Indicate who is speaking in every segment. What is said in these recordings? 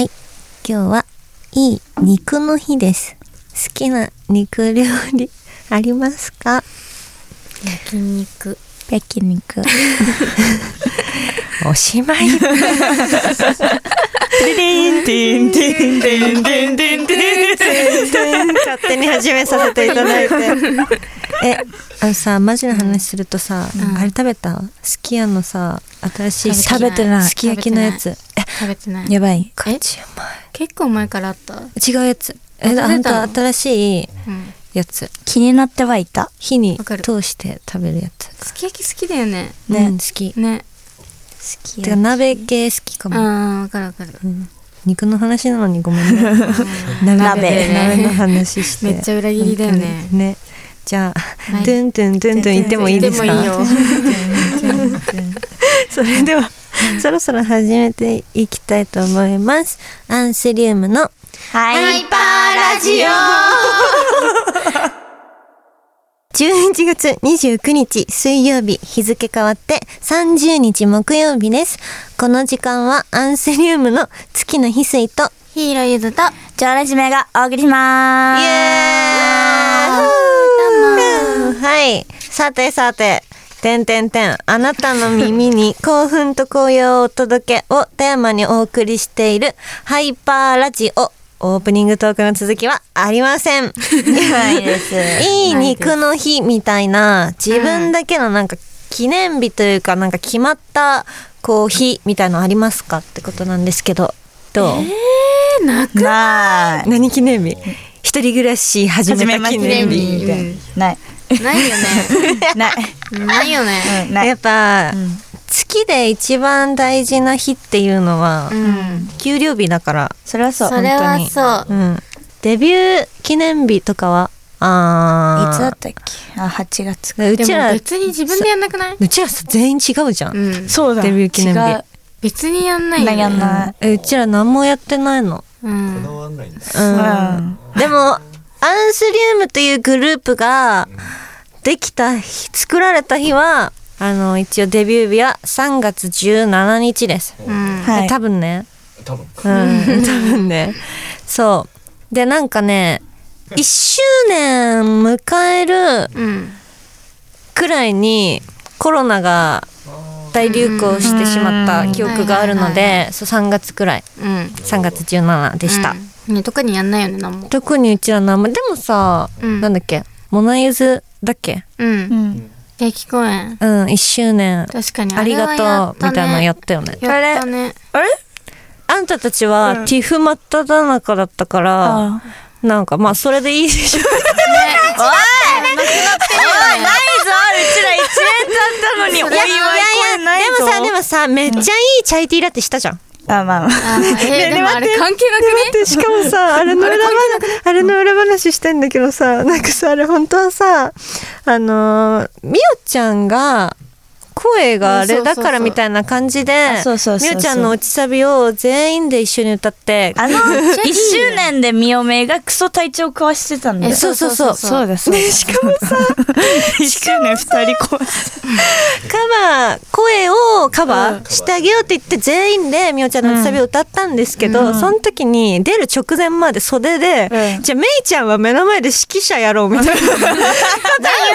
Speaker 1: 今日はいい肉の日です好きな肉料理 ありますか
Speaker 2: 焼肉
Speaker 1: 焼肉 おしまい
Speaker 3: 勝手に始めさせていただ いて
Speaker 1: えあのさマジな話するとさ、あれ食べたすき家のさ新しいすき
Speaker 2: 食べてない
Speaker 1: すき焼きのやつえ
Speaker 2: 食べてない
Speaker 3: やばい
Speaker 1: こっちうま
Speaker 2: 結構前からあった、
Speaker 1: い違うやつえ
Speaker 2: また
Speaker 1: あ
Speaker 2: 出
Speaker 1: ん
Speaker 2: たの
Speaker 1: た新しい
Speaker 2: うん、
Speaker 1: やつ
Speaker 3: 気になってはいた
Speaker 1: 火に
Speaker 2: わかる
Speaker 1: 通して食べるやつ
Speaker 2: すき焼き好きだよね
Speaker 1: ね、
Speaker 3: ね
Speaker 1: うん、好き
Speaker 2: ね
Speaker 3: 好き
Speaker 1: てか鍋系好きか
Speaker 2: あ
Speaker 1: も、
Speaker 2: ーわかるわかる、
Speaker 1: うん肉の話なのにごめんね鍋
Speaker 2: 鍋
Speaker 1: 鍋
Speaker 2: ね
Speaker 1: の話して
Speaker 2: めっちゃ裏切りだよね
Speaker 1: 本当にねじゃあ、
Speaker 2: はい
Speaker 1: トゥントゥントゥントゥン言ってもいいですか
Speaker 2: でもいいよ
Speaker 1: それでは、そろそろ始めていきたいと思います。アンスリウムの
Speaker 3: は
Speaker 2: ハイパーラジ
Speaker 1: 11月29日水曜日日付変わって30日木曜日です。この時間はアンスリウムの月の翡翠と
Speaker 2: ヒーローゆずと
Speaker 3: ジョーラジメがお送りし
Speaker 1: イエーイ
Speaker 3: ます
Speaker 1: はい。さてさて。てんてんてん。あなたの耳に興奮と紅葉をお届けをテーマにお送りしているハイパーラジオ。オープニングトークの続きはありません。
Speaker 3: ないです
Speaker 1: いい肉の日みたいな自分だけのなんか記念日というかなんか決まったこう日みたいのありますかってことなんですけどどう、
Speaker 2: えなく
Speaker 3: ない
Speaker 1: 何記念日一人暮らし始めた記念
Speaker 2: 初めま
Speaker 1: 日
Speaker 2: して記念日みたい
Speaker 3: ない
Speaker 2: ないよね
Speaker 3: ない
Speaker 2: ないよね
Speaker 3: うんない
Speaker 1: やっぱ、
Speaker 3: ん
Speaker 1: 月で一番大事な日っていうのは、
Speaker 2: うん
Speaker 1: 給料日だから、
Speaker 3: それはそう
Speaker 2: それはそう
Speaker 1: うん、デビュー記念日とかはあ
Speaker 3: いつだ
Speaker 1: ー
Speaker 3: ったっけあ8月か
Speaker 1: う
Speaker 2: で
Speaker 1: ち
Speaker 2: も
Speaker 1: ら
Speaker 2: 別に自分でやんなくないう
Speaker 1: ちらさ全員違うじゃん、
Speaker 2: うん
Speaker 3: そう
Speaker 1: デビュー記念日
Speaker 3: 違う
Speaker 2: 別にやんないよね
Speaker 3: やんない
Speaker 1: えうちら何もやってないの、
Speaker 2: うん
Speaker 1: うん
Speaker 3: うん
Speaker 1: でもアンスリウムというグループができた日作られた日はあの一応デビュー日は3月17日です
Speaker 2: うん
Speaker 3: はい
Speaker 1: 多分ね
Speaker 4: 多分
Speaker 1: うん、多分ね。そう。で、なんかね、1周年迎える
Speaker 2: うん
Speaker 1: くらいにコロナが大流行してしまった記憶があるの
Speaker 2: うんはいは
Speaker 1: で、そう3月くらい、
Speaker 2: うん
Speaker 1: 3月17でした。
Speaker 2: うんね特にやんないよね何も
Speaker 1: 特にうちら何も、でもさ、
Speaker 2: うん
Speaker 1: なんだっけ、モナユズだっけ
Speaker 2: うん
Speaker 3: うん
Speaker 2: 定期公演
Speaker 1: うん、1周年
Speaker 2: 確かに
Speaker 1: ありがとうみたいなのやったよね。
Speaker 2: あれはやったねやったね
Speaker 3: あれ
Speaker 1: あんたたちはティフ真っ只中だったから、
Speaker 3: あ
Speaker 1: なんかまあそれでいいでしょ。
Speaker 3: なのにお
Speaker 1: いやいやいやでもさでもさめっちゃいいチャイティーラテしたじゃん。
Speaker 3: あまあまあ
Speaker 2: あーえーでもあれ関係なくね
Speaker 1: でしかも さあれの裏話あれの裏話したいんだけどさなんかさあれ本当はさあのーみおちゃんが声があれだからみたいな感じで
Speaker 3: うんそうそうそうそうあそうそうそうそう
Speaker 1: みおちゃんの落ちサビを全員で一緒に歌って
Speaker 3: あ の1周年でみおめいがクソ体調壊してたんだよ
Speaker 2: えそうそうそうそう
Speaker 3: そうだそうだしかもさ1周年2人壊して
Speaker 1: カバー声をカバーしてあげようって言って全員でみおちゃんのサビを歌ったんですけど、その時に出る直前まで袖で、
Speaker 3: うん
Speaker 1: じゃあメイちゃんは目の前で指揮者やろうみたいな
Speaker 2: なんで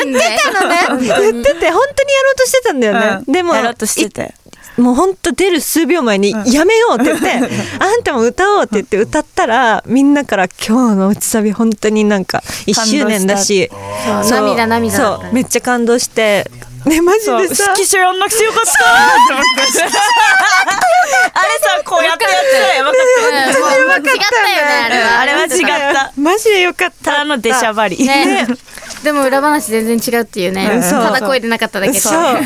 Speaker 1: のね 言ってて本当にやろうとしてたんだよね、
Speaker 3: うん
Speaker 1: でも
Speaker 3: やろうとしてたよ
Speaker 1: もうほんと出る数秒前に「やめよう」って言って「あんたも歌おう」って言って歌ったらみんなから「今日の落ちサビ本当になんか1周年だし
Speaker 2: そう
Speaker 1: そう
Speaker 2: 涙涙だった
Speaker 1: そうめっちゃ感動してねマジ
Speaker 3: そう
Speaker 1: でさ
Speaker 3: 指揮者やんなくてよかったーって思ってあれさこうやってやったらやばかったよね
Speaker 2: うんもう違ったよねあれは
Speaker 3: あれは違った
Speaker 1: マジでよかった
Speaker 3: ただの出しゃばり
Speaker 2: ねでも裏話全然違うっていうね
Speaker 1: うんそう
Speaker 2: ただ声でなかっただけ
Speaker 1: そう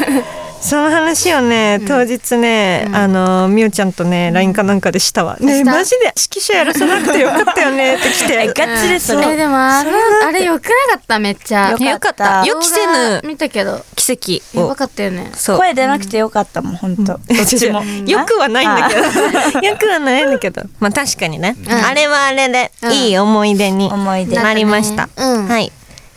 Speaker 1: その話をね当日ね、あのみおちゃんとね LINE かなんかでしたわ、ね
Speaker 2: した
Speaker 1: マジで指揮者やらせなくてよかったよねって 来て
Speaker 3: えガチでそ
Speaker 2: え
Speaker 3: れ
Speaker 2: でもあれあれ良くなかっためっちゃ
Speaker 3: よかった
Speaker 1: 予期せぬ
Speaker 2: 動画見たけど
Speaker 1: 奇跡
Speaker 2: や
Speaker 1: を
Speaker 2: ばかったよね
Speaker 1: そう
Speaker 3: 声出なくてよかったもん本当ど っちも
Speaker 1: よくはないんだけどよくはないんだけどまあ確かにね、あれはあれで
Speaker 2: うん
Speaker 1: いい思い出に
Speaker 3: 思い出
Speaker 1: なりました、
Speaker 2: うん
Speaker 1: はい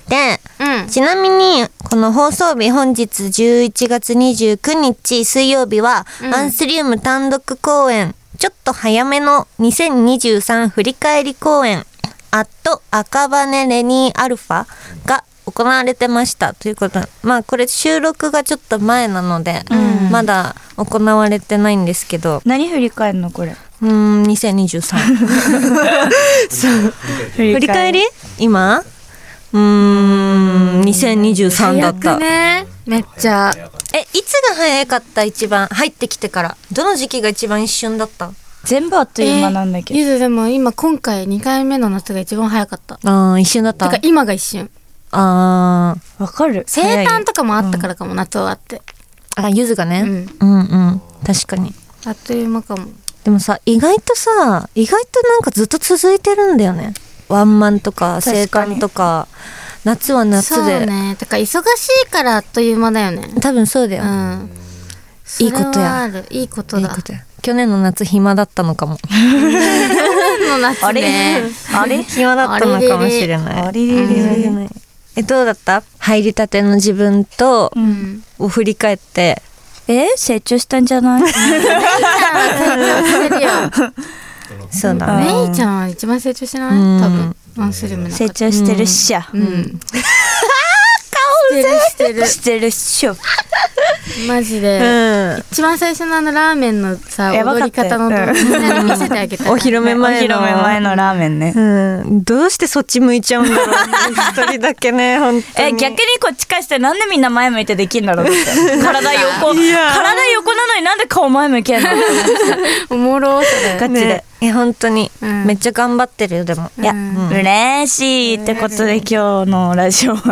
Speaker 1: で
Speaker 2: うん
Speaker 1: ちなみにこの放送日本日11月29日水曜日は、アンスリウム単独公演ちょっと早めの2023振り返り公演、アット赤羽レニーアルファが行われてましたということでまあこれ収録がちょっと前なので、
Speaker 4: うん
Speaker 1: まだ行われてないんですけど、
Speaker 4: 何振り返るのこれ
Speaker 1: うーん、2023。
Speaker 4: 振
Speaker 1: 振り返り今うーん、2023だ
Speaker 2: 早
Speaker 1: った
Speaker 2: く。ねめっちゃ
Speaker 1: え、いつが早かった一番入ってきてから。どの時期が一番一瞬だった
Speaker 4: 全部あっという間なんだけど、
Speaker 2: えーゆずでも今今回2回目の夏が一番早かったて
Speaker 1: ああ、一瞬だった。
Speaker 2: か今が一瞬
Speaker 1: あ
Speaker 4: わかる
Speaker 2: 生誕とかもあったからかも、夏終わって
Speaker 1: あ、あ、ゆずがね、
Speaker 2: うん
Speaker 1: うんうん。確かに。
Speaker 2: あっという間かも
Speaker 1: でもさ、意外とさ、意外となんかずっと続いてるんだよね。ワンマンとか、生
Speaker 4: 確かに
Speaker 1: 誕とか、夏は
Speaker 2: そ
Speaker 1: 夏
Speaker 2: う
Speaker 1: で。
Speaker 2: ねてか忙しいからあっという間だよね
Speaker 1: 多分そうだよ。
Speaker 2: うん
Speaker 1: いいことや
Speaker 2: それはあるいいこと
Speaker 1: いい
Speaker 2: だ
Speaker 1: ことや去年の夏暇だったのかも。
Speaker 2: 去年の夏ね
Speaker 1: あれ暇だったのかもしれない。
Speaker 4: あれれれれ
Speaker 1: うん
Speaker 4: れ
Speaker 1: え、どうだった入りたての自分と、
Speaker 2: うん
Speaker 1: を振り返って、
Speaker 4: え成長したんじゃない
Speaker 2: 成長してるよ
Speaker 1: そうだね。
Speaker 2: メイちゃんは一番成長してない
Speaker 1: うん
Speaker 2: 多分ワンスリムな
Speaker 4: 成長してるっしょ、
Speaker 2: うんしてるして
Speaker 4: してるっしょ
Speaker 2: るマジ
Speaker 1: う
Speaker 2: で
Speaker 1: ん。
Speaker 2: 一番最初のあのラーメンのさ
Speaker 4: やば
Speaker 2: 踊
Speaker 4: か
Speaker 2: り
Speaker 4: った
Speaker 2: 方の
Speaker 4: う
Speaker 2: と
Speaker 4: ん
Speaker 2: みんなに見せてあげたい
Speaker 1: お披露目前の。
Speaker 4: お披露目前のラーメンね、
Speaker 1: うん。どうしてそっち向いちゃうんだろうね。 一人だけね、本当に。
Speaker 4: え逆にこっち返してなんでみんな前向いてできんだろうって体横
Speaker 1: いやー
Speaker 4: 体横なのになんで顔前向けんの
Speaker 2: おもろそれ
Speaker 4: ガチで
Speaker 1: ね、え本当に、
Speaker 2: うん
Speaker 1: めっちゃ頑張ってるよでも
Speaker 4: いや、
Speaker 1: うん
Speaker 4: 嬉しいってことで今日のラジオはこ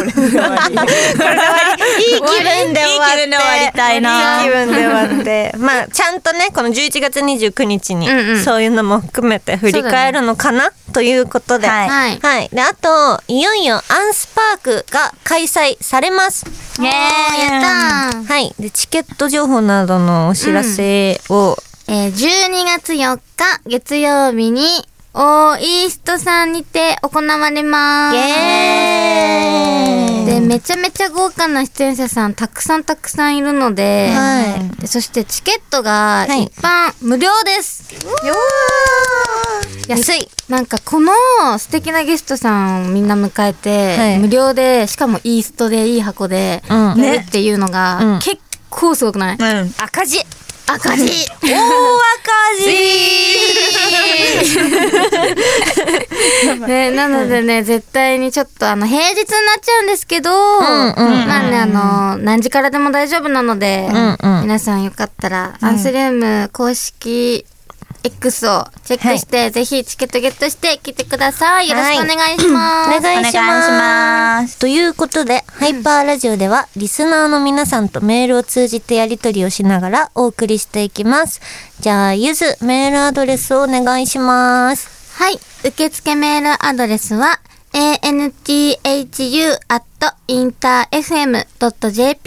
Speaker 4: れで終わり
Speaker 1: いい気分で終わって
Speaker 4: いい気分で終わりたいない
Speaker 1: 気分で終わってまあちゃんとねこの11月29日に、
Speaker 2: うんうん
Speaker 1: そういうのも含めて振り返るのかな、ということで
Speaker 4: はい
Speaker 2: はい
Speaker 1: はい、であといよいよアンスパークが開催されます
Speaker 4: イエーイ
Speaker 2: やったー
Speaker 1: はいでチケット情報などのお知らせを、
Speaker 2: えー、12月4日月曜日に、オーイーストさんにて行われます。
Speaker 1: イエーイ
Speaker 2: で、めちゃめちゃ豪華な出演者さんたくさんたくさんいるので、
Speaker 1: は
Speaker 2: でそしてチケットが
Speaker 1: はい
Speaker 2: 一般無料です。安い。なんかこの素敵なゲストさんをみんな迎えて、
Speaker 1: はい
Speaker 2: 無料で、しかもイーストでいい箱で、
Speaker 1: うん
Speaker 2: やるっていうの
Speaker 1: ねう
Speaker 2: が
Speaker 1: ん、
Speaker 2: 結構すごくない、
Speaker 4: うん
Speaker 1: 赤字
Speaker 2: 赤字
Speaker 4: 大赤
Speaker 2: ね、なのでね、絶対にちょっとあの平日になっちゃうんですけど、
Speaker 1: うん
Speaker 2: まあね、あの、何時からでも大丈夫なので、
Speaker 1: うんうん
Speaker 2: 皆さんよかったら、アンスリウム公式 X をチェックして、ぜひチケットゲットして来てください。よろしくお願いし
Speaker 1: お
Speaker 2: ま
Speaker 1: 願いします
Speaker 2: す。
Speaker 4: お願いします
Speaker 1: ということで、ハイパーラジオではリスナーの皆さんとメールを通じてやり取りをしながらお送りしていきますじゃあゆずメールアドレスをお願いします
Speaker 2: はい。受付メールアドレスは、anthu.interfm.jp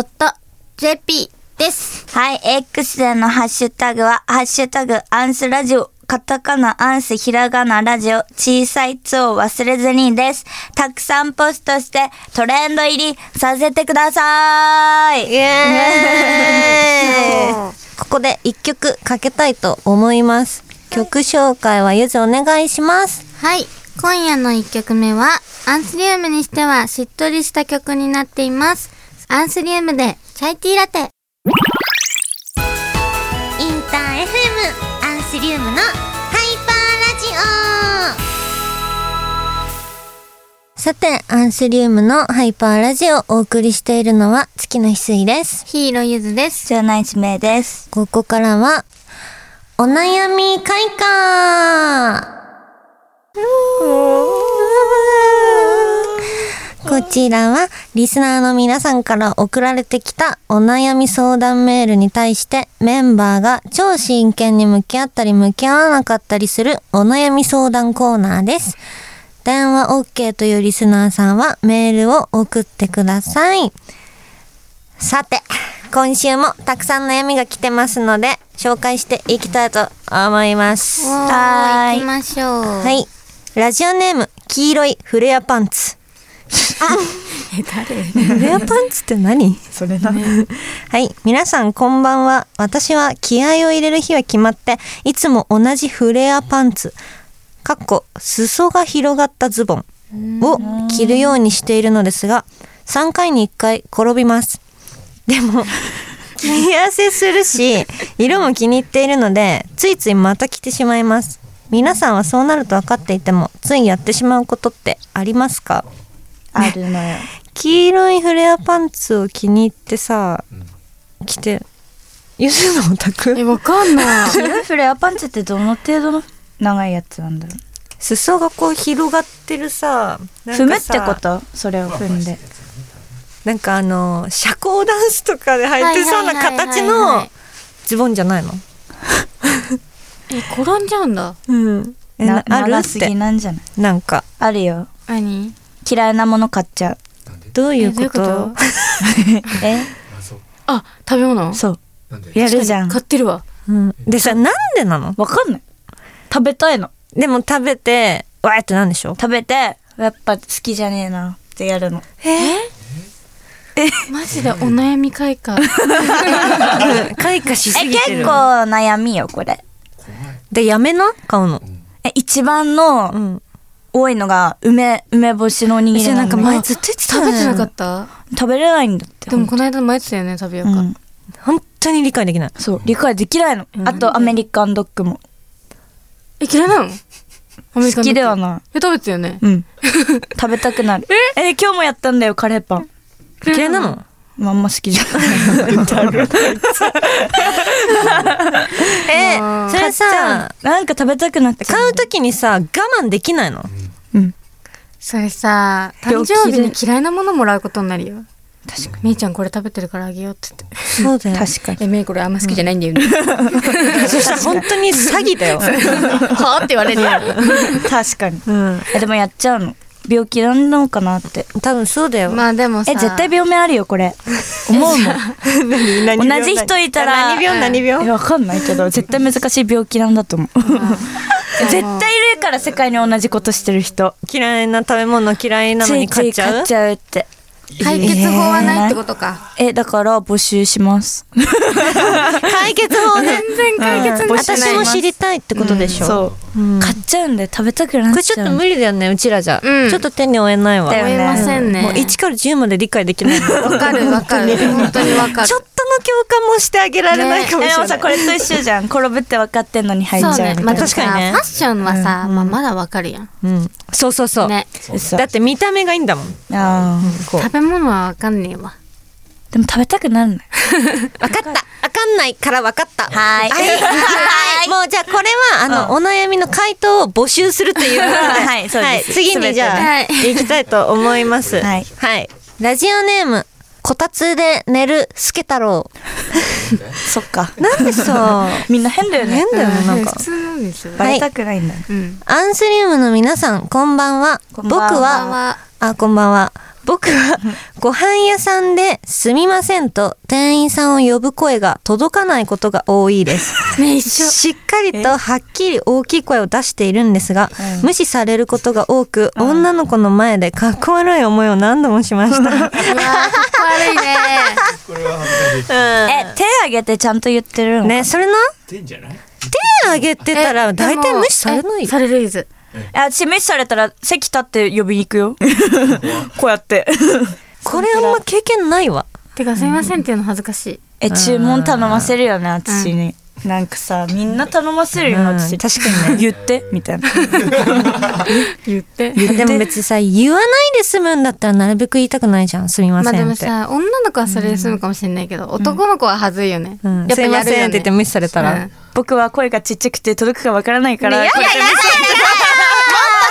Speaker 2: anthu.interfm.jp です。
Speaker 4: はい、X でのハッシュタグは、ハッシュタグ、アンスラジオ、カタカナ、アンス、ひらがな、ラジオ、小さいつを忘れずにです。たくさんポストして、トレンド入りさせてください。
Speaker 1: エーイここで一曲かけたいと思います曲紹介はゆずお願いします
Speaker 2: はい。今夜の一曲目は、アンスリウムにしてはしっとりした曲になっています。アンスリウムで、チャイティーラテ。
Speaker 1: インター FM アンスリウムのハイパーラジオさて、アンスリウムのハイパーラジオをお送りしているのは月の翡翠です。
Speaker 2: ヒーローゆずです。
Speaker 4: 庄内指名です。
Speaker 1: ここからは、お悩み開花こちらは、リスナーの皆さんから送られてきたお悩み相談メールに対して、メンバーが超真剣に向き合ったり向き合わなかったりするお悩み相談コーナーです。電話 OK というリスナーさんはメールを送ってください。さて、今週もたくさん悩みが来てますので、紹介していきたいと思います。
Speaker 2: おー
Speaker 4: はーい
Speaker 2: 行きましょ う。
Speaker 1: はい。ラジオネーム、黄色いフレアパンツ。
Speaker 2: え、誰
Speaker 1: ウェアパンツって何
Speaker 3: それな。
Speaker 1: はい。皆さん、こんばんは。私は気合を入れる日は決まって、いつも同じフレアパンツ、かっこ、裾が広がったズボンを着るようにしているのですが、3回に1回転びます。でも、 見合わせするし、色も気に入っているので、ついついまた着てしまいます。皆さんはそうなると分かっていても、ついやってしまうことってありますか
Speaker 4: あるのよ。
Speaker 1: 黄色いフレアパンツを気に入ってさ、着てゆずのオタ
Speaker 2: え、
Speaker 1: ク
Speaker 2: わかん ない。
Speaker 4: 白いフレアパンツってどの程度の長いやつなんだろう。
Speaker 1: 裾がこう広がってるさなんか
Speaker 4: 踏むっ
Speaker 1: さ
Speaker 4: てことそれを踏んで。
Speaker 1: なんかあの社交ダンスとかで履いてそうな
Speaker 2: はいはいはいはい
Speaker 1: 形のズボンじゃないの
Speaker 2: え、転んじゃうんだ。
Speaker 1: うんえ
Speaker 4: な
Speaker 1: なある
Speaker 4: 長
Speaker 1: っ
Speaker 4: すぎ
Speaker 1: て
Speaker 4: なんじゃない
Speaker 1: なんか
Speaker 4: あるよ。
Speaker 2: 何
Speaker 4: 嫌いなもの買っ ちゃう。
Speaker 1: どうい
Speaker 2: え
Speaker 1: うこと
Speaker 2: どういうこ
Speaker 4: え
Speaker 5: あそう
Speaker 2: あ、食べ物
Speaker 4: そう。
Speaker 5: なんで
Speaker 4: やるじゃん。
Speaker 2: 買ってるわ。
Speaker 1: うん、でさなんでなの
Speaker 4: わかんない。食べたいの。
Speaker 1: でも食べてわーってなんでしょ
Speaker 4: 食べて、やっぱ好きじゃねえなってやるの。
Speaker 2: マジでお悩み開花。
Speaker 1: うん 開花しす
Speaker 4: え、
Speaker 1: ぎてる
Speaker 4: 結構悩みよ、これ。
Speaker 1: でやめな買うの
Speaker 4: え、一番の、
Speaker 1: うん
Speaker 4: 多いのが梅梅干しのおにぎり
Speaker 1: えなんか
Speaker 4: の
Speaker 1: 前ずっと言ってたよ
Speaker 2: 食べ
Speaker 1: ね
Speaker 2: てなかった
Speaker 4: 食べれないんだって
Speaker 2: でもこの間もやつだよね、食べよう
Speaker 4: う
Speaker 2: か。
Speaker 4: ん
Speaker 1: 本当に理解できない
Speaker 4: そう理解できないの、あとアメリカンドッグも
Speaker 2: え、嫌いなのアメリカ
Speaker 4: 好
Speaker 2: ンドッグ
Speaker 4: きではな
Speaker 2: え、食べてたよね
Speaker 4: い。うん食べたくなるえ今日もやったんだよカレーパン
Speaker 1: 嫌いなの
Speaker 4: まんま好きじゃない
Speaker 1: え
Speaker 2: あー
Speaker 1: それさ
Speaker 4: なんか食べたくなって
Speaker 1: 買う時にさ我慢できないの
Speaker 4: うん
Speaker 2: それさ、誕
Speaker 4: 病気で
Speaker 2: 生日に嫌いなものもらうことになるよ。確かに。みーちゃんこれ食べてるからあげようって言っ
Speaker 1: そうだよ
Speaker 4: 確かに
Speaker 2: て。え、めいこれあんま好きじゃないんだよね。
Speaker 1: そしたら本当に詐欺だよ、
Speaker 2: はあって言われるよ。
Speaker 4: 確かに
Speaker 1: うん、
Speaker 4: えでもやっちゃうの病気なんのかなって
Speaker 1: 多分そうだよ、
Speaker 2: まあでもさ、
Speaker 4: え絶対病名あるよこれ思うもん
Speaker 1: 何
Speaker 4: 同じ人いたら
Speaker 1: 何病何
Speaker 4: え
Speaker 1: 病
Speaker 4: わかんないけど絶対難しい病気なんだと思う 絶対いるから世界に同じことしてる人
Speaker 1: 嫌いな食べ物嫌いなのに買っちゃう
Speaker 4: ついつい買っちゃうって
Speaker 2: 解決法はないってことか。
Speaker 4: えだから募集します
Speaker 1: 解決法ね
Speaker 2: 全然解決になってな
Speaker 1: 私
Speaker 2: い。
Speaker 1: も知りたいってことでしょ、
Speaker 4: そう、買っちゃうんで食べたくなっちゃう
Speaker 1: これちょっと無理だよねうちらじゃ、
Speaker 2: うん
Speaker 1: ちょっと手に負えないわ
Speaker 4: だよ
Speaker 2: 思いませんね。
Speaker 1: もう1から10まで理解できないちょっとの
Speaker 2: わかるわかる。本当にわかる。
Speaker 1: 共感もしてあげられないかもし
Speaker 4: え
Speaker 1: れ
Speaker 4: で
Speaker 1: ない、
Speaker 4: もさこれと一緒じゃん転ぶって分かってんのに入っち
Speaker 2: そう
Speaker 4: ゃ
Speaker 2: ね
Speaker 4: う。みた
Speaker 2: ま
Speaker 4: い
Speaker 2: あで
Speaker 4: な、
Speaker 2: も
Speaker 1: 確
Speaker 2: さ、
Speaker 1: かにね
Speaker 2: ファッションはさ、まあまだわかるやん。
Speaker 1: うん、そうそうそう、
Speaker 2: ね。
Speaker 4: 嘘
Speaker 1: だって見た目がいいんだもん
Speaker 4: あー
Speaker 1: こう
Speaker 2: 食べ物はわかんねえわ。
Speaker 4: でも食べたくなるね
Speaker 1: わかった。わかんないからわかった。
Speaker 4: はい
Speaker 1: はい。もうじゃあこれは、あの、お悩みの回答を募集するということで。
Speaker 4: はいそうです
Speaker 1: 次にじゃあ、
Speaker 2: 全ては
Speaker 1: 行きたいと思います。
Speaker 4: はい
Speaker 1: はい。ラジオネーム、こたつで寝るすけ太郎。
Speaker 4: そっか
Speaker 1: なんでさ、
Speaker 4: みんな変だよね
Speaker 1: 変だよね、なん
Speaker 2: 普
Speaker 1: か。
Speaker 2: 通なんですよ。
Speaker 4: バレたくないんだ、ね
Speaker 2: うん。
Speaker 1: アンスリウムの皆さん、こんばんは。
Speaker 4: こんばんは
Speaker 1: 僕
Speaker 2: こんばんは
Speaker 1: は、あ、こんばんは。僕 は、ご飯屋さんで、すみませんと、店員さんを呼ぶ声が届かないことが多いです。
Speaker 2: ね、一緒。
Speaker 1: しっかりとはっきり大きい声を出しているんですが、
Speaker 4: うん
Speaker 1: 無視されることが多く、女の子の前でかっこ悪い思いを何度もしました。
Speaker 2: うわー、かっこ悪いね。
Speaker 5: これは恥ずかしい。
Speaker 4: え手挙げてちゃんと言ってるの、
Speaker 1: ね、それな
Speaker 5: ってんじゃない
Speaker 1: 手挙げてたら大体無視されない
Speaker 2: え
Speaker 1: よ。
Speaker 2: されるいず。
Speaker 4: え私無視されたら席立って呼びに行くよこうやって
Speaker 1: これあんま経験ないわ。
Speaker 2: てか、すいませんっていうの恥ずかしい。
Speaker 4: え注文頼ませるよね私に、なんかさみんな頼ませるよね、
Speaker 1: うん
Speaker 4: 私
Speaker 1: 確
Speaker 4: かにね言ってみたいな
Speaker 2: 言って。
Speaker 1: でも別にさ、言わないで済むんだったらなるべく言いたくないじゃん。すみませ
Speaker 2: まあで
Speaker 1: ん
Speaker 2: も
Speaker 1: って。
Speaker 2: さ、女の子はそれで済むかもしれないけど、男の子は恥ずいよね。
Speaker 1: うん
Speaker 2: やっぱ
Speaker 1: すい
Speaker 2: や
Speaker 1: ま
Speaker 2: るよ
Speaker 1: せん
Speaker 2: ね
Speaker 1: って言って無視されたら。
Speaker 2: うん
Speaker 4: 僕は声がちっちゃくて届くかわからないから、
Speaker 2: ねや
Speaker 4: こ
Speaker 2: だ
Speaker 4: れで
Speaker 2: やだやだダ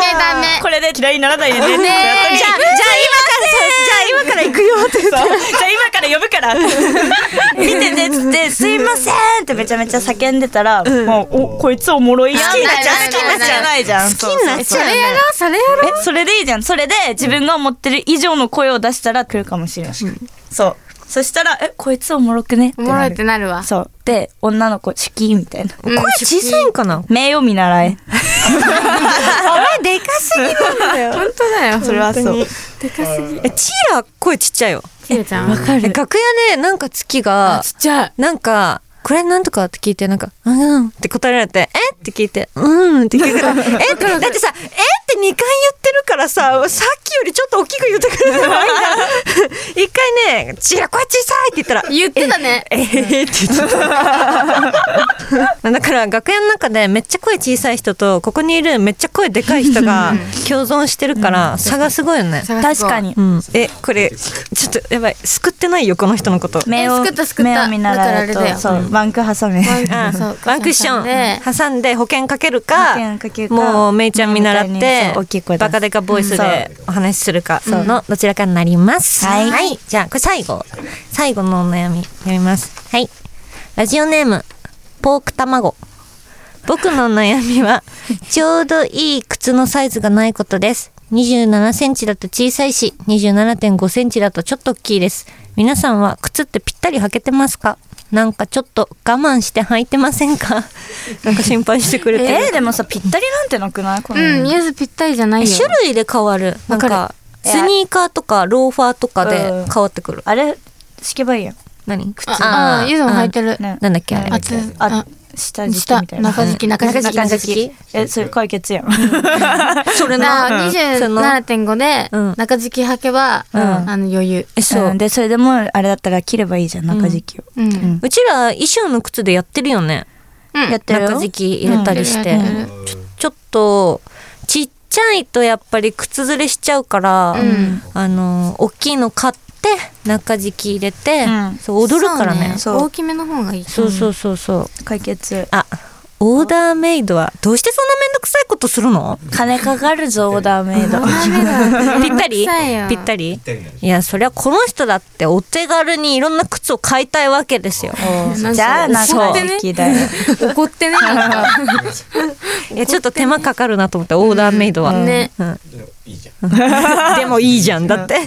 Speaker 2: メダメ。
Speaker 4: これで嫌いにならないよね
Speaker 2: ねえ
Speaker 4: じゃあ
Speaker 1: じゃあ今から行くよって言っ
Speaker 4: じゃあ今から呼ぶから 見てねっつって「すいません」ってめちゃめちゃ叫んでたら、もうおこいつおもろい好
Speaker 2: きになっちゃう
Speaker 4: 好きになっちゃうないじゃん好
Speaker 1: きになっちゃう
Speaker 2: それやろうそれやろう
Speaker 4: えそれでいいじゃんそれで自分が思ってる以上の声を出したら来るかもしれない、そうそしたら「えこいつおもろくね」っ
Speaker 2: お
Speaker 4: てなる
Speaker 2: もろいってなるわ。
Speaker 4: そうで女の子「好き」みたいな
Speaker 2: うん
Speaker 1: て。声小さいんかな
Speaker 4: 「名を見習え」
Speaker 1: お前でかすぎなんだよ。
Speaker 2: 本当だよ。
Speaker 3: それはそう。
Speaker 2: でかすぎ。
Speaker 1: えチーラ声ちっちゃいよ。
Speaker 2: ちえちゃん。わか
Speaker 1: え楽屋でなんか月が
Speaker 3: ちっちゃい。
Speaker 1: なんか、これなんとかって聞いて、なんか、うんって答えられて、えって聞いて、うんって聞いて、えだってさ、えって2回言ってるからさ、さっきよりちょっと大きく言ってくれればいいんだ。 一回ね、ちらこ小さいって言ったら、
Speaker 2: 言ってたね。
Speaker 1: ええー、って言ってた。だから楽屋の中でめっちゃ声小さい人と、ここにいるめっちゃ声でかい人が共存してるから、差がすごいよね。
Speaker 4: 確か。に。
Speaker 1: うん、え、これ、ちょっとやばい、救ってないよ、この人のこと。
Speaker 4: 目を
Speaker 2: え作った作った
Speaker 4: 目を見なが
Speaker 2: だからあ
Speaker 4: らだ
Speaker 2: れだ
Speaker 4: と
Speaker 2: よ
Speaker 4: そうバンク挟め
Speaker 2: ワンそう
Speaker 1: ワンクッション挟んで保険かけるか
Speaker 4: 保険かけるか
Speaker 1: もうめいちゃん見習っ
Speaker 4: みたいに
Speaker 1: て
Speaker 4: そう大きい声出す
Speaker 1: バカデカボイスでお話しするかのどちらかになります、
Speaker 4: はい
Speaker 1: じゃあこれ最後最後のお悩み読みますはいラジオネームポーク卵僕の悩み はちょうどいい靴のサイズがないことです27センチだと小さいし27.5センチだとちょっと大きいです皆さんは靴ってぴったり履けてますかなんかちょっと我慢して履いてません かなんか心配してくれてる、
Speaker 4: えーでもさぴったりなんてなくないこの
Speaker 2: うん、ニュースぴったりじゃないよ。
Speaker 1: 種類で変わるなんか
Speaker 4: わかる
Speaker 1: スニーカーとかローファーとかで
Speaker 4: うん
Speaker 1: 変わってくる、
Speaker 4: あれ敷けばいいやん
Speaker 1: 何靴
Speaker 2: あ、あ、ゆずも履いてる。
Speaker 4: ね
Speaker 1: なんだっけあれ
Speaker 4: なんだっけ
Speaker 2: 厚
Speaker 4: あ下敷きみたいな
Speaker 2: 下中敷き中敷き
Speaker 4: 中敷きえそれ解決やん
Speaker 1: それ
Speaker 2: な
Speaker 1: なその
Speaker 2: 27.5で
Speaker 1: うん
Speaker 2: 中敷き履けば、
Speaker 1: うん
Speaker 2: あの余裕。
Speaker 1: えそう、
Speaker 4: うんでそれでもうあれだったら切ればいいじゃん中敷きを、
Speaker 2: うん。うん
Speaker 1: うちら衣装の靴でやってるよね
Speaker 4: やってるよ
Speaker 1: 中敷き入れたりして、
Speaker 2: うんやってる
Speaker 1: ちょちょっとちっちゃいとやっぱり靴ずれしちゃうから、
Speaker 2: ん
Speaker 1: あの大きいの買って中敷き入れて、
Speaker 4: うん
Speaker 1: そう踊るからね
Speaker 4: そ
Speaker 2: そうう大きめの方がいい。
Speaker 1: そうそうそうそう、
Speaker 4: 解決
Speaker 1: あオーダーメイドはどうしてそんなめんどくさいことする の
Speaker 4: 金かかるぞオーダーメイド
Speaker 1: ぴったりぴった
Speaker 2: り。
Speaker 1: り
Speaker 5: たりだね
Speaker 1: いやそりゃこの人だってお手軽にいろんな靴を買いたいわけですよ。
Speaker 2: なんか
Speaker 4: じゃあ中敷きだよ
Speaker 2: 怒ってね。なんか
Speaker 1: いやちょっと手間かかるなと思ってオーダーメイドは。
Speaker 2: ね。
Speaker 1: うん
Speaker 5: いいじゃん。
Speaker 1: でもいいじゃ んだって。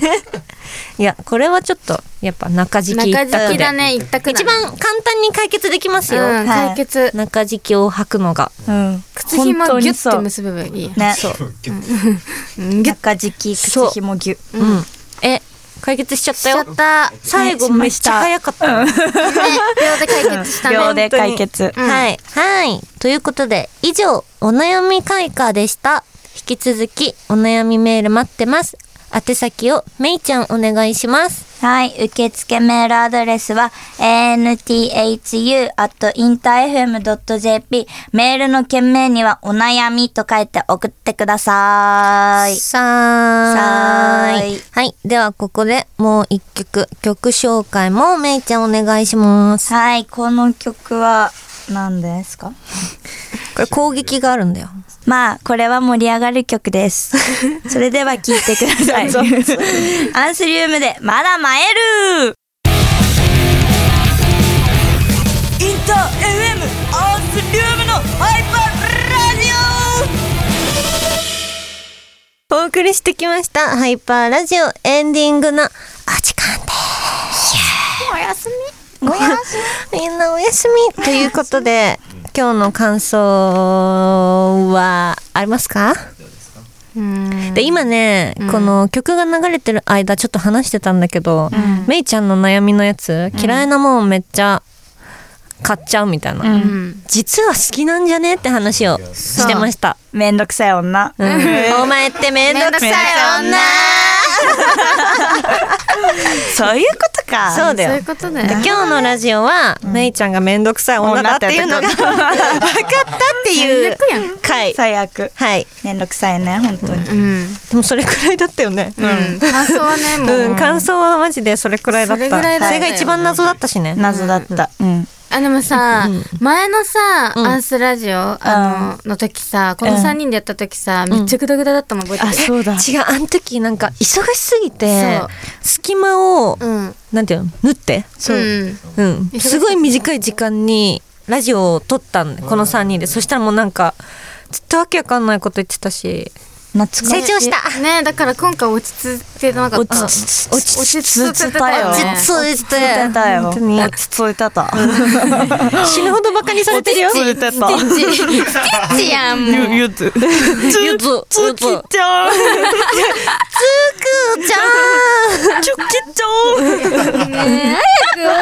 Speaker 1: いやこれはちょっとやっぱ中敷き一
Speaker 2: 中
Speaker 1: 択
Speaker 2: 敷き
Speaker 1: で
Speaker 2: だね、一択だ
Speaker 1: 一
Speaker 2: ね。
Speaker 1: 番簡単に解決できますよ。
Speaker 2: うん、
Speaker 4: はい
Speaker 2: 解決。
Speaker 1: 中敷きを履くのが。
Speaker 4: うん
Speaker 2: 靴ひも
Speaker 4: 本当
Speaker 2: ギュ
Speaker 4: にそ
Speaker 2: ッ
Speaker 4: う
Speaker 2: て結べばいい。
Speaker 4: ね
Speaker 5: ギュッ
Speaker 2: うんギュッ
Speaker 4: 中敷き
Speaker 1: そう
Speaker 4: 靴ひもぎゅ
Speaker 1: うん。え解決しちゃった
Speaker 2: しちゃ
Speaker 1: よ
Speaker 2: っ。た。
Speaker 1: 最後めっちゃ早かった。
Speaker 2: ね、秒で解決したね。
Speaker 4: 秒で解決
Speaker 2: うん
Speaker 1: はい。はい。ということで、以上、お悩み開花でした。引き続き、お悩みメール待ってます。宛先を、めいちゃんお願いします。
Speaker 4: はい。受付メールアドレスは、anthu.interfm.jp。メールの件名には、お悩みと書いて送ってください。
Speaker 1: さーい。
Speaker 4: さーい
Speaker 1: はい。では、ここでもう一曲、曲紹介も、めいちゃんお願いします。
Speaker 4: はい。この曲は、何ですか
Speaker 1: これ、攻撃があるんだよ。
Speaker 4: まあ、これは盛り上がる曲 です。それでは聴いてください。アンスリウムで、まだ舞えるインター FM アンスリウムのハイパーラジオ
Speaker 1: お送りしてきました、ハイパーラジオエンディングのお時間です。おやす み。おやすみ。みんなおやすみ。ということで、今日の感想はありますか、
Speaker 2: うん
Speaker 1: で、今ね、この曲が流れてる間ちょっと話してたんだけど、めいちゃんの悩みのやつ、嫌いなもんめっちゃ買っちゃうみたいな。
Speaker 2: うん
Speaker 1: 実は好きなんじゃねって話をしてました。
Speaker 4: めんどくさい女。
Speaker 1: うんお前ってめんど
Speaker 2: めんど
Speaker 1: く
Speaker 2: くさ
Speaker 1: さい
Speaker 2: い
Speaker 1: 女
Speaker 2: 女
Speaker 4: そういうことか。
Speaker 1: そうだ
Speaker 2: そう
Speaker 1: よ
Speaker 2: いう。ことだよ
Speaker 1: で。今日のラジオは、めいちゃんがめんどくさい女だっていうのが分かったっていう
Speaker 2: 最悪やん
Speaker 1: 回。
Speaker 4: 最悪。
Speaker 1: はい。
Speaker 4: めんどくさいね、本当に。
Speaker 2: うん。
Speaker 1: でもそれくらいだったよね。
Speaker 2: うん。感想はね、もう。
Speaker 1: うん、感想はマジでそれくらいだった。
Speaker 2: それぐらいだっ
Speaker 1: そ
Speaker 2: た
Speaker 1: れ
Speaker 2: よ
Speaker 1: が一番謎だったしね。
Speaker 4: 謎だった。うん。
Speaker 2: あでもさ、前のさ、アンスラジオあのの時さこの3人でやった時さ、めっちゃグダグダだったの覚えてる、
Speaker 4: うだ
Speaker 1: 違う、あの時なんか忙しすぎて
Speaker 2: そう、
Speaker 1: 隙間を、
Speaker 2: うん
Speaker 1: なんていうの、縫って。
Speaker 2: そう、ん、
Speaker 1: うん、
Speaker 2: 忙しい
Speaker 1: すごい短い時間にラジオを撮ったんでこの3人でそしたらもうなんかずっとわけわかんないこと言ってたし
Speaker 4: 懐かしい
Speaker 1: 成長した
Speaker 2: ねだから今回落ち着いてなかっ
Speaker 3: 落
Speaker 2: た。
Speaker 3: ち着落
Speaker 2: 落
Speaker 3: ち着
Speaker 2: ち着
Speaker 3: つ
Speaker 2: つ
Speaker 3: たよ
Speaker 2: 落ち
Speaker 1: ちつい
Speaker 3: 落ち
Speaker 1: て
Speaker 3: 着いてたよ
Speaker 1: 本当に
Speaker 3: 落ち着いてた
Speaker 1: 死ぬほどバカにされてるよ
Speaker 3: 落ち着いて た
Speaker 2: ピッチ、ピッチやん、もう。
Speaker 3: ゆゆずゆ
Speaker 1: ず
Speaker 3: つきちゃん
Speaker 1: つくちゃん
Speaker 3: ちゅきちゃん
Speaker 2: ねえ早く終わ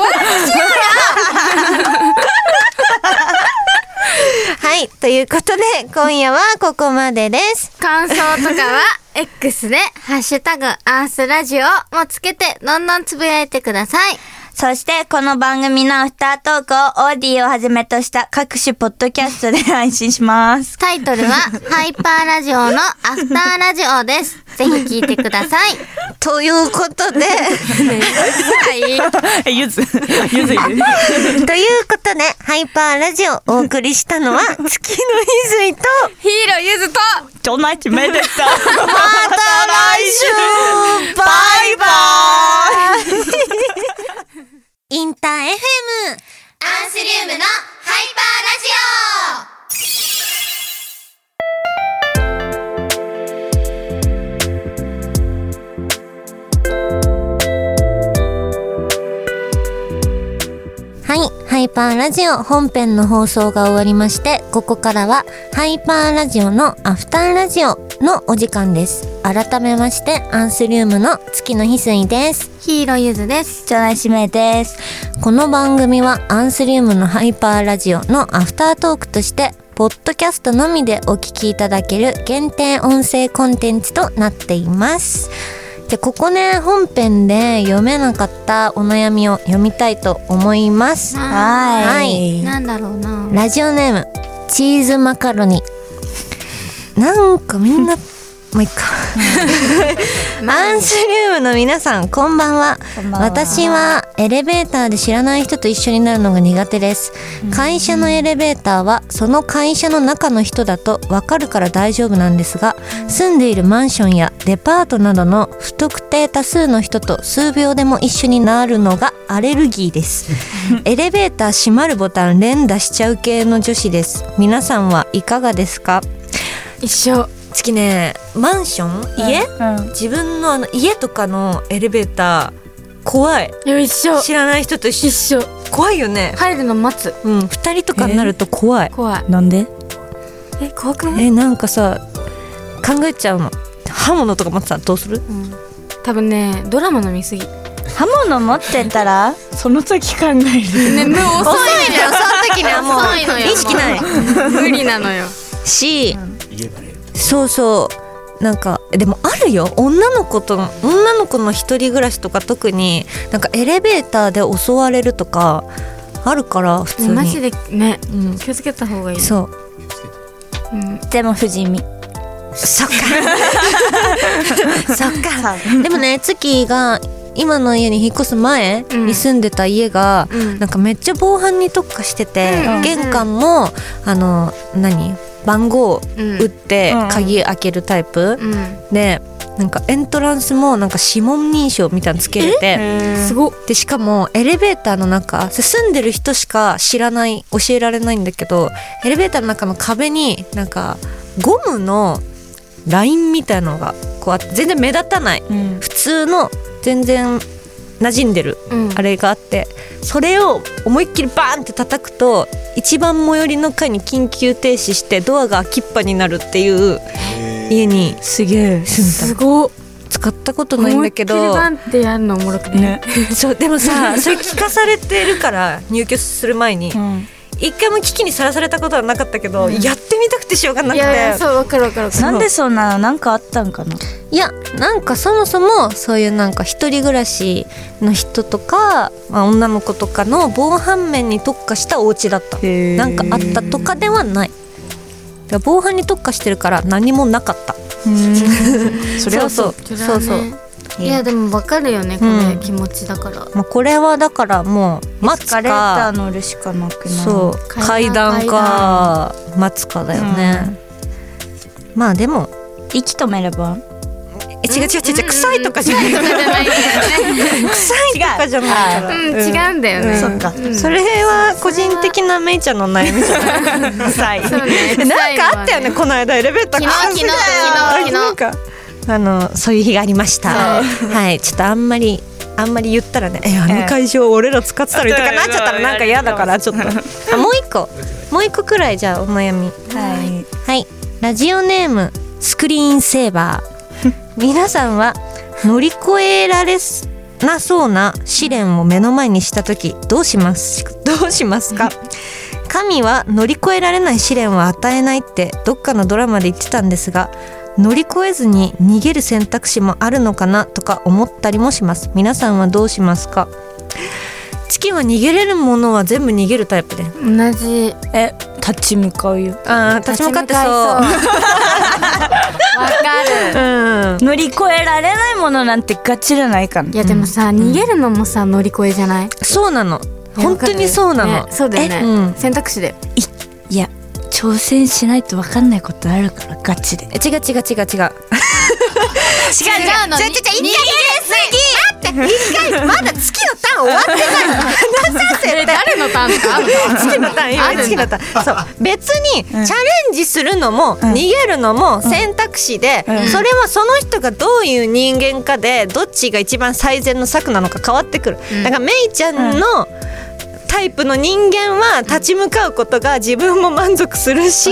Speaker 1: はい、ということで今夜はここまでです。
Speaker 2: 感想とかは、X で、ハッシュタグ、アースラジオもつけて、どんどんつぶやいてください。
Speaker 4: そして、この番組のアフタートークをオーディをはじめとした各種ポッドキャストで配信します。
Speaker 2: タイトルは、ハイパーラジオのアフターラジオです。ぜひ聞いてください。
Speaker 1: ということ で
Speaker 2: はい。
Speaker 3: ゆずゆず
Speaker 1: ということでハイパーラジオをお送りしたのは月の泉と
Speaker 2: ヒーローゆずと、
Speaker 3: ちょないちめでた
Speaker 1: また来週バイバイインター FM
Speaker 2: アンスリウムのハイパーラジオ
Speaker 1: はい、ハイパーラジオ本編の放送が終わりまして、ここからはハイパーラジオのアフターラジオのお時間です。改めまして、アンスリウムの月の翡翠です。
Speaker 2: ヒーローゆずです。
Speaker 4: ジョナシメです。
Speaker 1: この番組はアンスリウムのハイパーラジオのアフタートークとして、ポッドキャストのみでお聞きいただける限定音声コンテンツとなっています。で、ここね、本編で読めなかったお悩みを読みたいと思います。
Speaker 4: は
Speaker 1: はい
Speaker 4: い。
Speaker 2: なんだろうな。
Speaker 1: ラジオネームチーズマカロニなんかみん なまあいっかアンスリウムの皆さんこんばんは
Speaker 4: んばんは
Speaker 1: 私はエレベーターで知らない人と一緒になるのが苦手です会社のエレベーターはその会社の中の人だとわかるから大丈夫なんですが住んでいるマンションやデパートなどの不特定多数の人と数秒でも一緒になるのがアレルギーです エレベーター閉まるボタン連打しちゃう系の女子です皆さんはいかがですか
Speaker 2: 一緒。
Speaker 1: 月ねマンション家、
Speaker 4: うん。
Speaker 1: 自分のあの家とかのエレベーター怖い
Speaker 2: いや一緒。
Speaker 1: 知らない人と一
Speaker 2: 一
Speaker 1: 緒
Speaker 2: 緒。
Speaker 1: 怖いよね、
Speaker 2: 入るの待つ。
Speaker 1: うん、2人とかになると怖い
Speaker 2: 怖い。
Speaker 3: なんで
Speaker 2: え、怖くない
Speaker 1: えなんかさ考えちゃうの刃物とか持ってたらどうする
Speaker 2: うん。多分ね、ドラマの見すぎ。ね、
Speaker 4: 刃物持ってたら
Speaker 3: その時考える
Speaker 2: もう遅いのよ。その時にはもう。遅いのよ。。
Speaker 1: 意識ないい
Speaker 2: 無理なのよ。
Speaker 1: し、
Speaker 5: 言えばね
Speaker 1: そうそうなんかでもあるよ女の子と女の子の一人暮らしとか特になんかエレベーターで襲われるとかあるから普通に
Speaker 2: マジでね、
Speaker 1: うん
Speaker 2: 気をつけた方がいい。
Speaker 1: そう
Speaker 2: うん。
Speaker 4: でも不死身。
Speaker 1: そ っかそっかでもね月が今の家に引っ越す前に住んでた家が、
Speaker 2: うん
Speaker 1: なんかめっちゃ防犯に特化してて、
Speaker 2: うん
Speaker 1: 玄関もあの何番号
Speaker 2: うん
Speaker 1: 打って
Speaker 4: うん
Speaker 1: 鍵開けるタイプ、
Speaker 2: うん。
Speaker 1: でなんかエントランスもなんか指紋認証みたいなのつけれて
Speaker 2: すごっ。
Speaker 1: でしかもエレベーターの中住んでる人しか知らない教えられないんだけどエレベーターの中の壁になんかゴムのラインみたいのがこうあって全然目立たない
Speaker 4: うん。
Speaker 1: 普通の全然馴染んでる
Speaker 2: うん。
Speaker 1: あれがあってそれを思いっきりバーンって叩くと一番最寄りの階に緊急停止してドアが開きっぱになるっていう家に
Speaker 3: すげえ
Speaker 1: 住んだの
Speaker 2: すごっ。
Speaker 1: 使ったことないんだけ
Speaker 2: 思いっ
Speaker 1: ど
Speaker 2: きりバンってやるのおもろくね。
Speaker 3: ね
Speaker 1: そうでもさそれ聞かされてるから入居する前に
Speaker 4: うん。
Speaker 1: 一回も危機にさらされたことはなかったけど、やってみたくてしょうがなく
Speaker 2: い
Speaker 1: てい
Speaker 2: やいや、
Speaker 1: や
Speaker 2: そう、わかるわかるわかる。
Speaker 4: なんでそんなのなんかあったんかな
Speaker 1: なんかそもそもそういうなんか一人暮らしの人とか、まあ、女の子とかの防犯面に特化したお家だった
Speaker 3: へー
Speaker 1: なんかあったとかではないだから防犯に特化してるから何もなかった
Speaker 3: それはそう
Speaker 1: そう
Speaker 2: それ
Speaker 1: そ
Speaker 2: は
Speaker 1: う
Speaker 2: ね
Speaker 1: そう、
Speaker 2: いや、でもわかるよね、こ
Speaker 1: うん
Speaker 2: れ気持ちだ から。
Speaker 1: まあ、これはだからもう待つ
Speaker 4: 疲れた
Speaker 1: か
Speaker 4: 乗るしかなくない
Speaker 1: そう階
Speaker 2: 階
Speaker 1: 段
Speaker 2: 段
Speaker 1: か待つかだよね、まあでも
Speaker 4: 息止めれば
Speaker 1: 違う違う違う違う臭いとかじゃない臭いとかじゃないから
Speaker 2: うん、違うんだよね。
Speaker 1: そっか、それは個人的なめいちゃんの悩みじゃない臭い
Speaker 2: そうね
Speaker 1: でなんかあったよね
Speaker 2: 臭いのはね
Speaker 1: この間エレベーター
Speaker 2: 昨日
Speaker 1: あすごい
Speaker 2: 昨日昨日
Speaker 1: なんかあのそういう日がありましたはいちょっとあんまりあんまり言ったらねえあの会場俺ら使ってたりとかなっちゃったらなんか嫌だからちょっとあもう一個もう一個くらいじゃあお悩み
Speaker 4: はい。
Speaker 1: はい、ラジオネームスクリーンセーバ ー皆さんは乗り越えられなそうな試練を目の前にした時どうしますどうしますか 神は乗り越えられない試練は与えないってどっかのドラマで言ってたんですが乗り越えずに逃げる選択肢もあるのかなとか思ったりもします皆さんはどうしますか月は逃げれるものは全部逃げるタイプで
Speaker 2: 同じ。
Speaker 3: え、立ち向かうよ。
Speaker 1: あー立ち向かってそう
Speaker 2: わか る。。
Speaker 1: うん
Speaker 3: 乗り越えられないものなんてガチじゃないかない
Speaker 2: やでもさ、逃げるのもさ乗り越えじゃない。
Speaker 1: そうなの本当にそうなの、
Speaker 2: ねそうだよ
Speaker 1: えうん
Speaker 2: ね。選択肢で。
Speaker 3: いや、挑戦しないとわかんないことあるからガチで。
Speaker 1: 違う違う違う違う違う違う違う違う一回逃げすぎ待
Speaker 2: 違うの
Speaker 1: って一回まだ月のターン終わってない話 せて
Speaker 2: 誰のターンかあるの
Speaker 1: 月のターン
Speaker 2: あ
Speaker 1: 今
Speaker 2: るんだ
Speaker 1: 月のターンそう別にチャレンジするのも逃げるのも選択肢で、
Speaker 3: うん
Speaker 1: それはその人がどういう人間かでどっちが一番最善の策なのか変わってくる、だからめいちゃんのタイプの人間は立ち向かうことが自分も満足するし、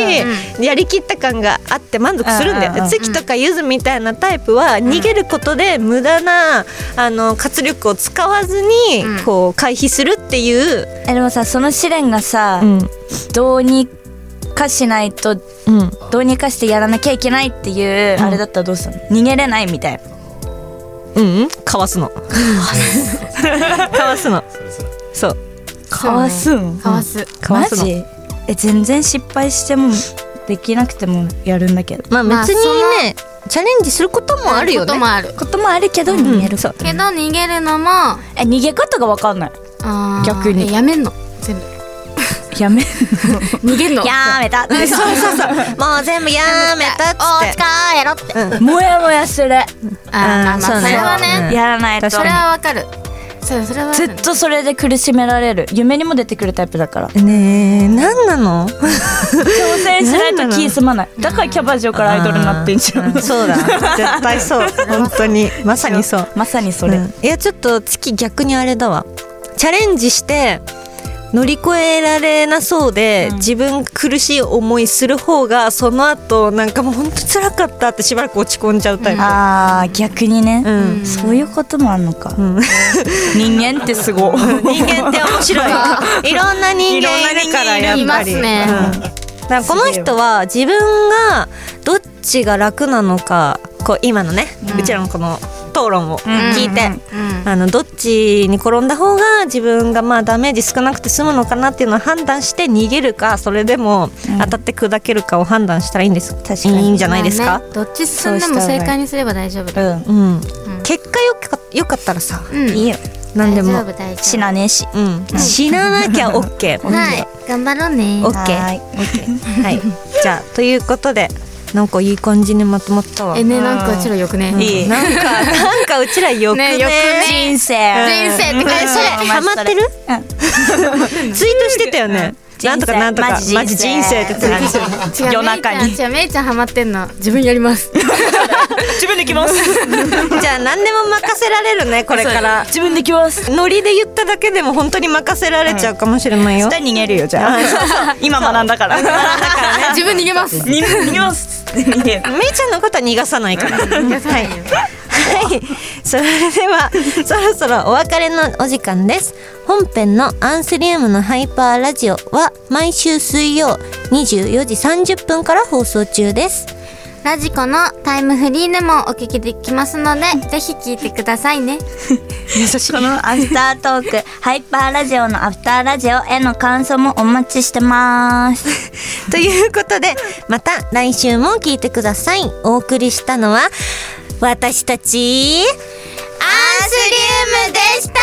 Speaker 1: やりきった感があって満足するんだよ、
Speaker 3: うんうんうん
Speaker 1: 月とかゆずみたいなタイプは逃げることで無駄なあの活力を使わずに
Speaker 2: うん
Speaker 1: こう回避するっていう、
Speaker 4: えでもさその試練がさ、
Speaker 1: うん
Speaker 4: どうにかしないと
Speaker 1: うん、
Speaker 4: どうにかしてやらなきゃいけないっていう、
Speaker 1: うん
Speaker 4: あれだったらどうするの逃げれないみたいな
Speaker 1: うんうんかわすのかわすのそう
Speaker 2: かわす
Speaker 4: ん
Speaker 2: かわす。
Speaker 1: かわ
Speaker 4: マ
Speaker 1: すの
Speaker 4: ジえ全然失敗してもできなくてもやるんだけど
Speaker 1: まあ
Speaker 2: まあ
Speaker 1: 別にね、チャレンジすることもあるよ
Speaker 2: こ
Speaker 1: ね
Speaker 2: ともある。
Speaker 4: こともあるけど逃げること、
Speaker 2: けど逃げるのも
Speaker 4: え逃げ方がわかんない
Speaker 2: あー
Speaker 4: 逆に
Speaker 2: えやめんの 全部。
Speaker 4: やめ
Speaker 2: 逃げんの。
Speaker 4: やーめたって
Speaker 1: そうそうそうもう全部やめたっ
Speaker 2: お
Speaker 1: つって
Speaker 2: 疲れろって。
Speaker 4: もやもやするや
Speaker 2: あーまあまあ
Speaker 1: そうね
Speaker 2: それは
Speaker 1: うん
Speaker 2: ね。
Speaker 4: らないと
Speaker 2: それはわかる。そうそれはわか
Speaker 4: ず
Speaker 2: る
Speaker 4: っとそれで苦しめられる夢にも出てくるタイプだから挑
Speaker 1: ねえ何なの
Speaker 4: 戦しないと気済まないだからキャバ嬢からアイドルになってんじゃん
Speaker 1: あーそうだ絶対 そう本当にまさにそう
Speaker 4: まさにそれ、
Speaker 1: うんいやちょっと月逆にあれだわチャレンジして乗り越えられなそうで、自分苦しい思いする方がその後なんかもう本当辛かったってしばらく落ち込んじゃうタイプ、
Speaker 4: あー逆にね、
Speaker 1: うん
Speaker 4: そういうこともあんのか、人間ってすごい
Speaker 1: 人間って面白 いいろんな人間いるからやっぱり
Speaker 2: いろんな人間います
Speaker 1: うんだからこの人は自分がどっちが楽なのかこう今のね、うちらのこの討論を聞いて、
Speaker 2: うん
Speaker 1: あのどっちに転んだ方が自分がまあダメージ少なくて済むのかなっていうのを判断して逃げるかそれでも当たって砕けるかを判断したらいいんです、
Speaker 4: 確かに
Speaker 1: いいんじゃないですか、
Speaker 2: まあねどっち進んでも正解にすれば大丈夫だ。
Speaker 4: う
Speaker 1: うん、結果よかよかったらさ
Speaker 2: うん
Speaker 4: んいいよ
Speaker 1: 何で
Speaker 2: 大
Speaker 1: も
Speaker 2: 丈、夫大丈夫。
Speaker 4: 死なねえし
Speaker 1: うん、死ななきゃ OK
Speaker 2: はい、頑張ろうね。
Speaker 1: オッケー
Speaker 4: はい
Speaker 1: はいじゃあということでなんかいい感じにまとまったわ
Speaker 2: えね、なんかうちらよくね。
Speaker 4: いい
Speaker 1: なんかなんかうちらよくね
Speaker 2: ねよくね
Speaker 4: 人生
Speaker 2: 人生って感じ
Speaker 1: それハマってる、ツイートしてたよね、
Speaker 4: 人生
Speaker 1: なんとかなんとか
Speaker 4: マジ人生
Speaker 1: マジ人生ってツイートしてた
Speaker 2: 違う
Speaker 4: 夜中に
Speaker 2: めいちゃん違うめいちゃんハマってんの自分やり ます
Speaker 3: 自分できます。
Speaker 1: じゃあ何でも任せられるねこれから
Speaker 4: 自分できます
Speaker 1: ノリで言っただけでも本当に任せられちゃうかもしれないよ、
Speaker 4: 絶対逃げるよじゃあ今学んだから
Speaker 2: 自分逃げます
Speaker 4: 逃げ逃げます逃げる
Speaker 1: めいちゃんのことは逃がさないからはい、はい、それではそろそろお別れのお時間です本編のアンスリウムのハイパーラジオは毎週水曜24時30分から放送中です
Speaker 2: ラジコのタイムフリーでもお聞きできますのでぜひ聞いてくださいね
Speaker 4: このアフタートークハイパーラジオのアフターラジオへの感想もお待ちしてます
Speaker 1: ということでまた来週も聞いてくださいお送りしたのは私たち
Speaker 2: アンスリウムでした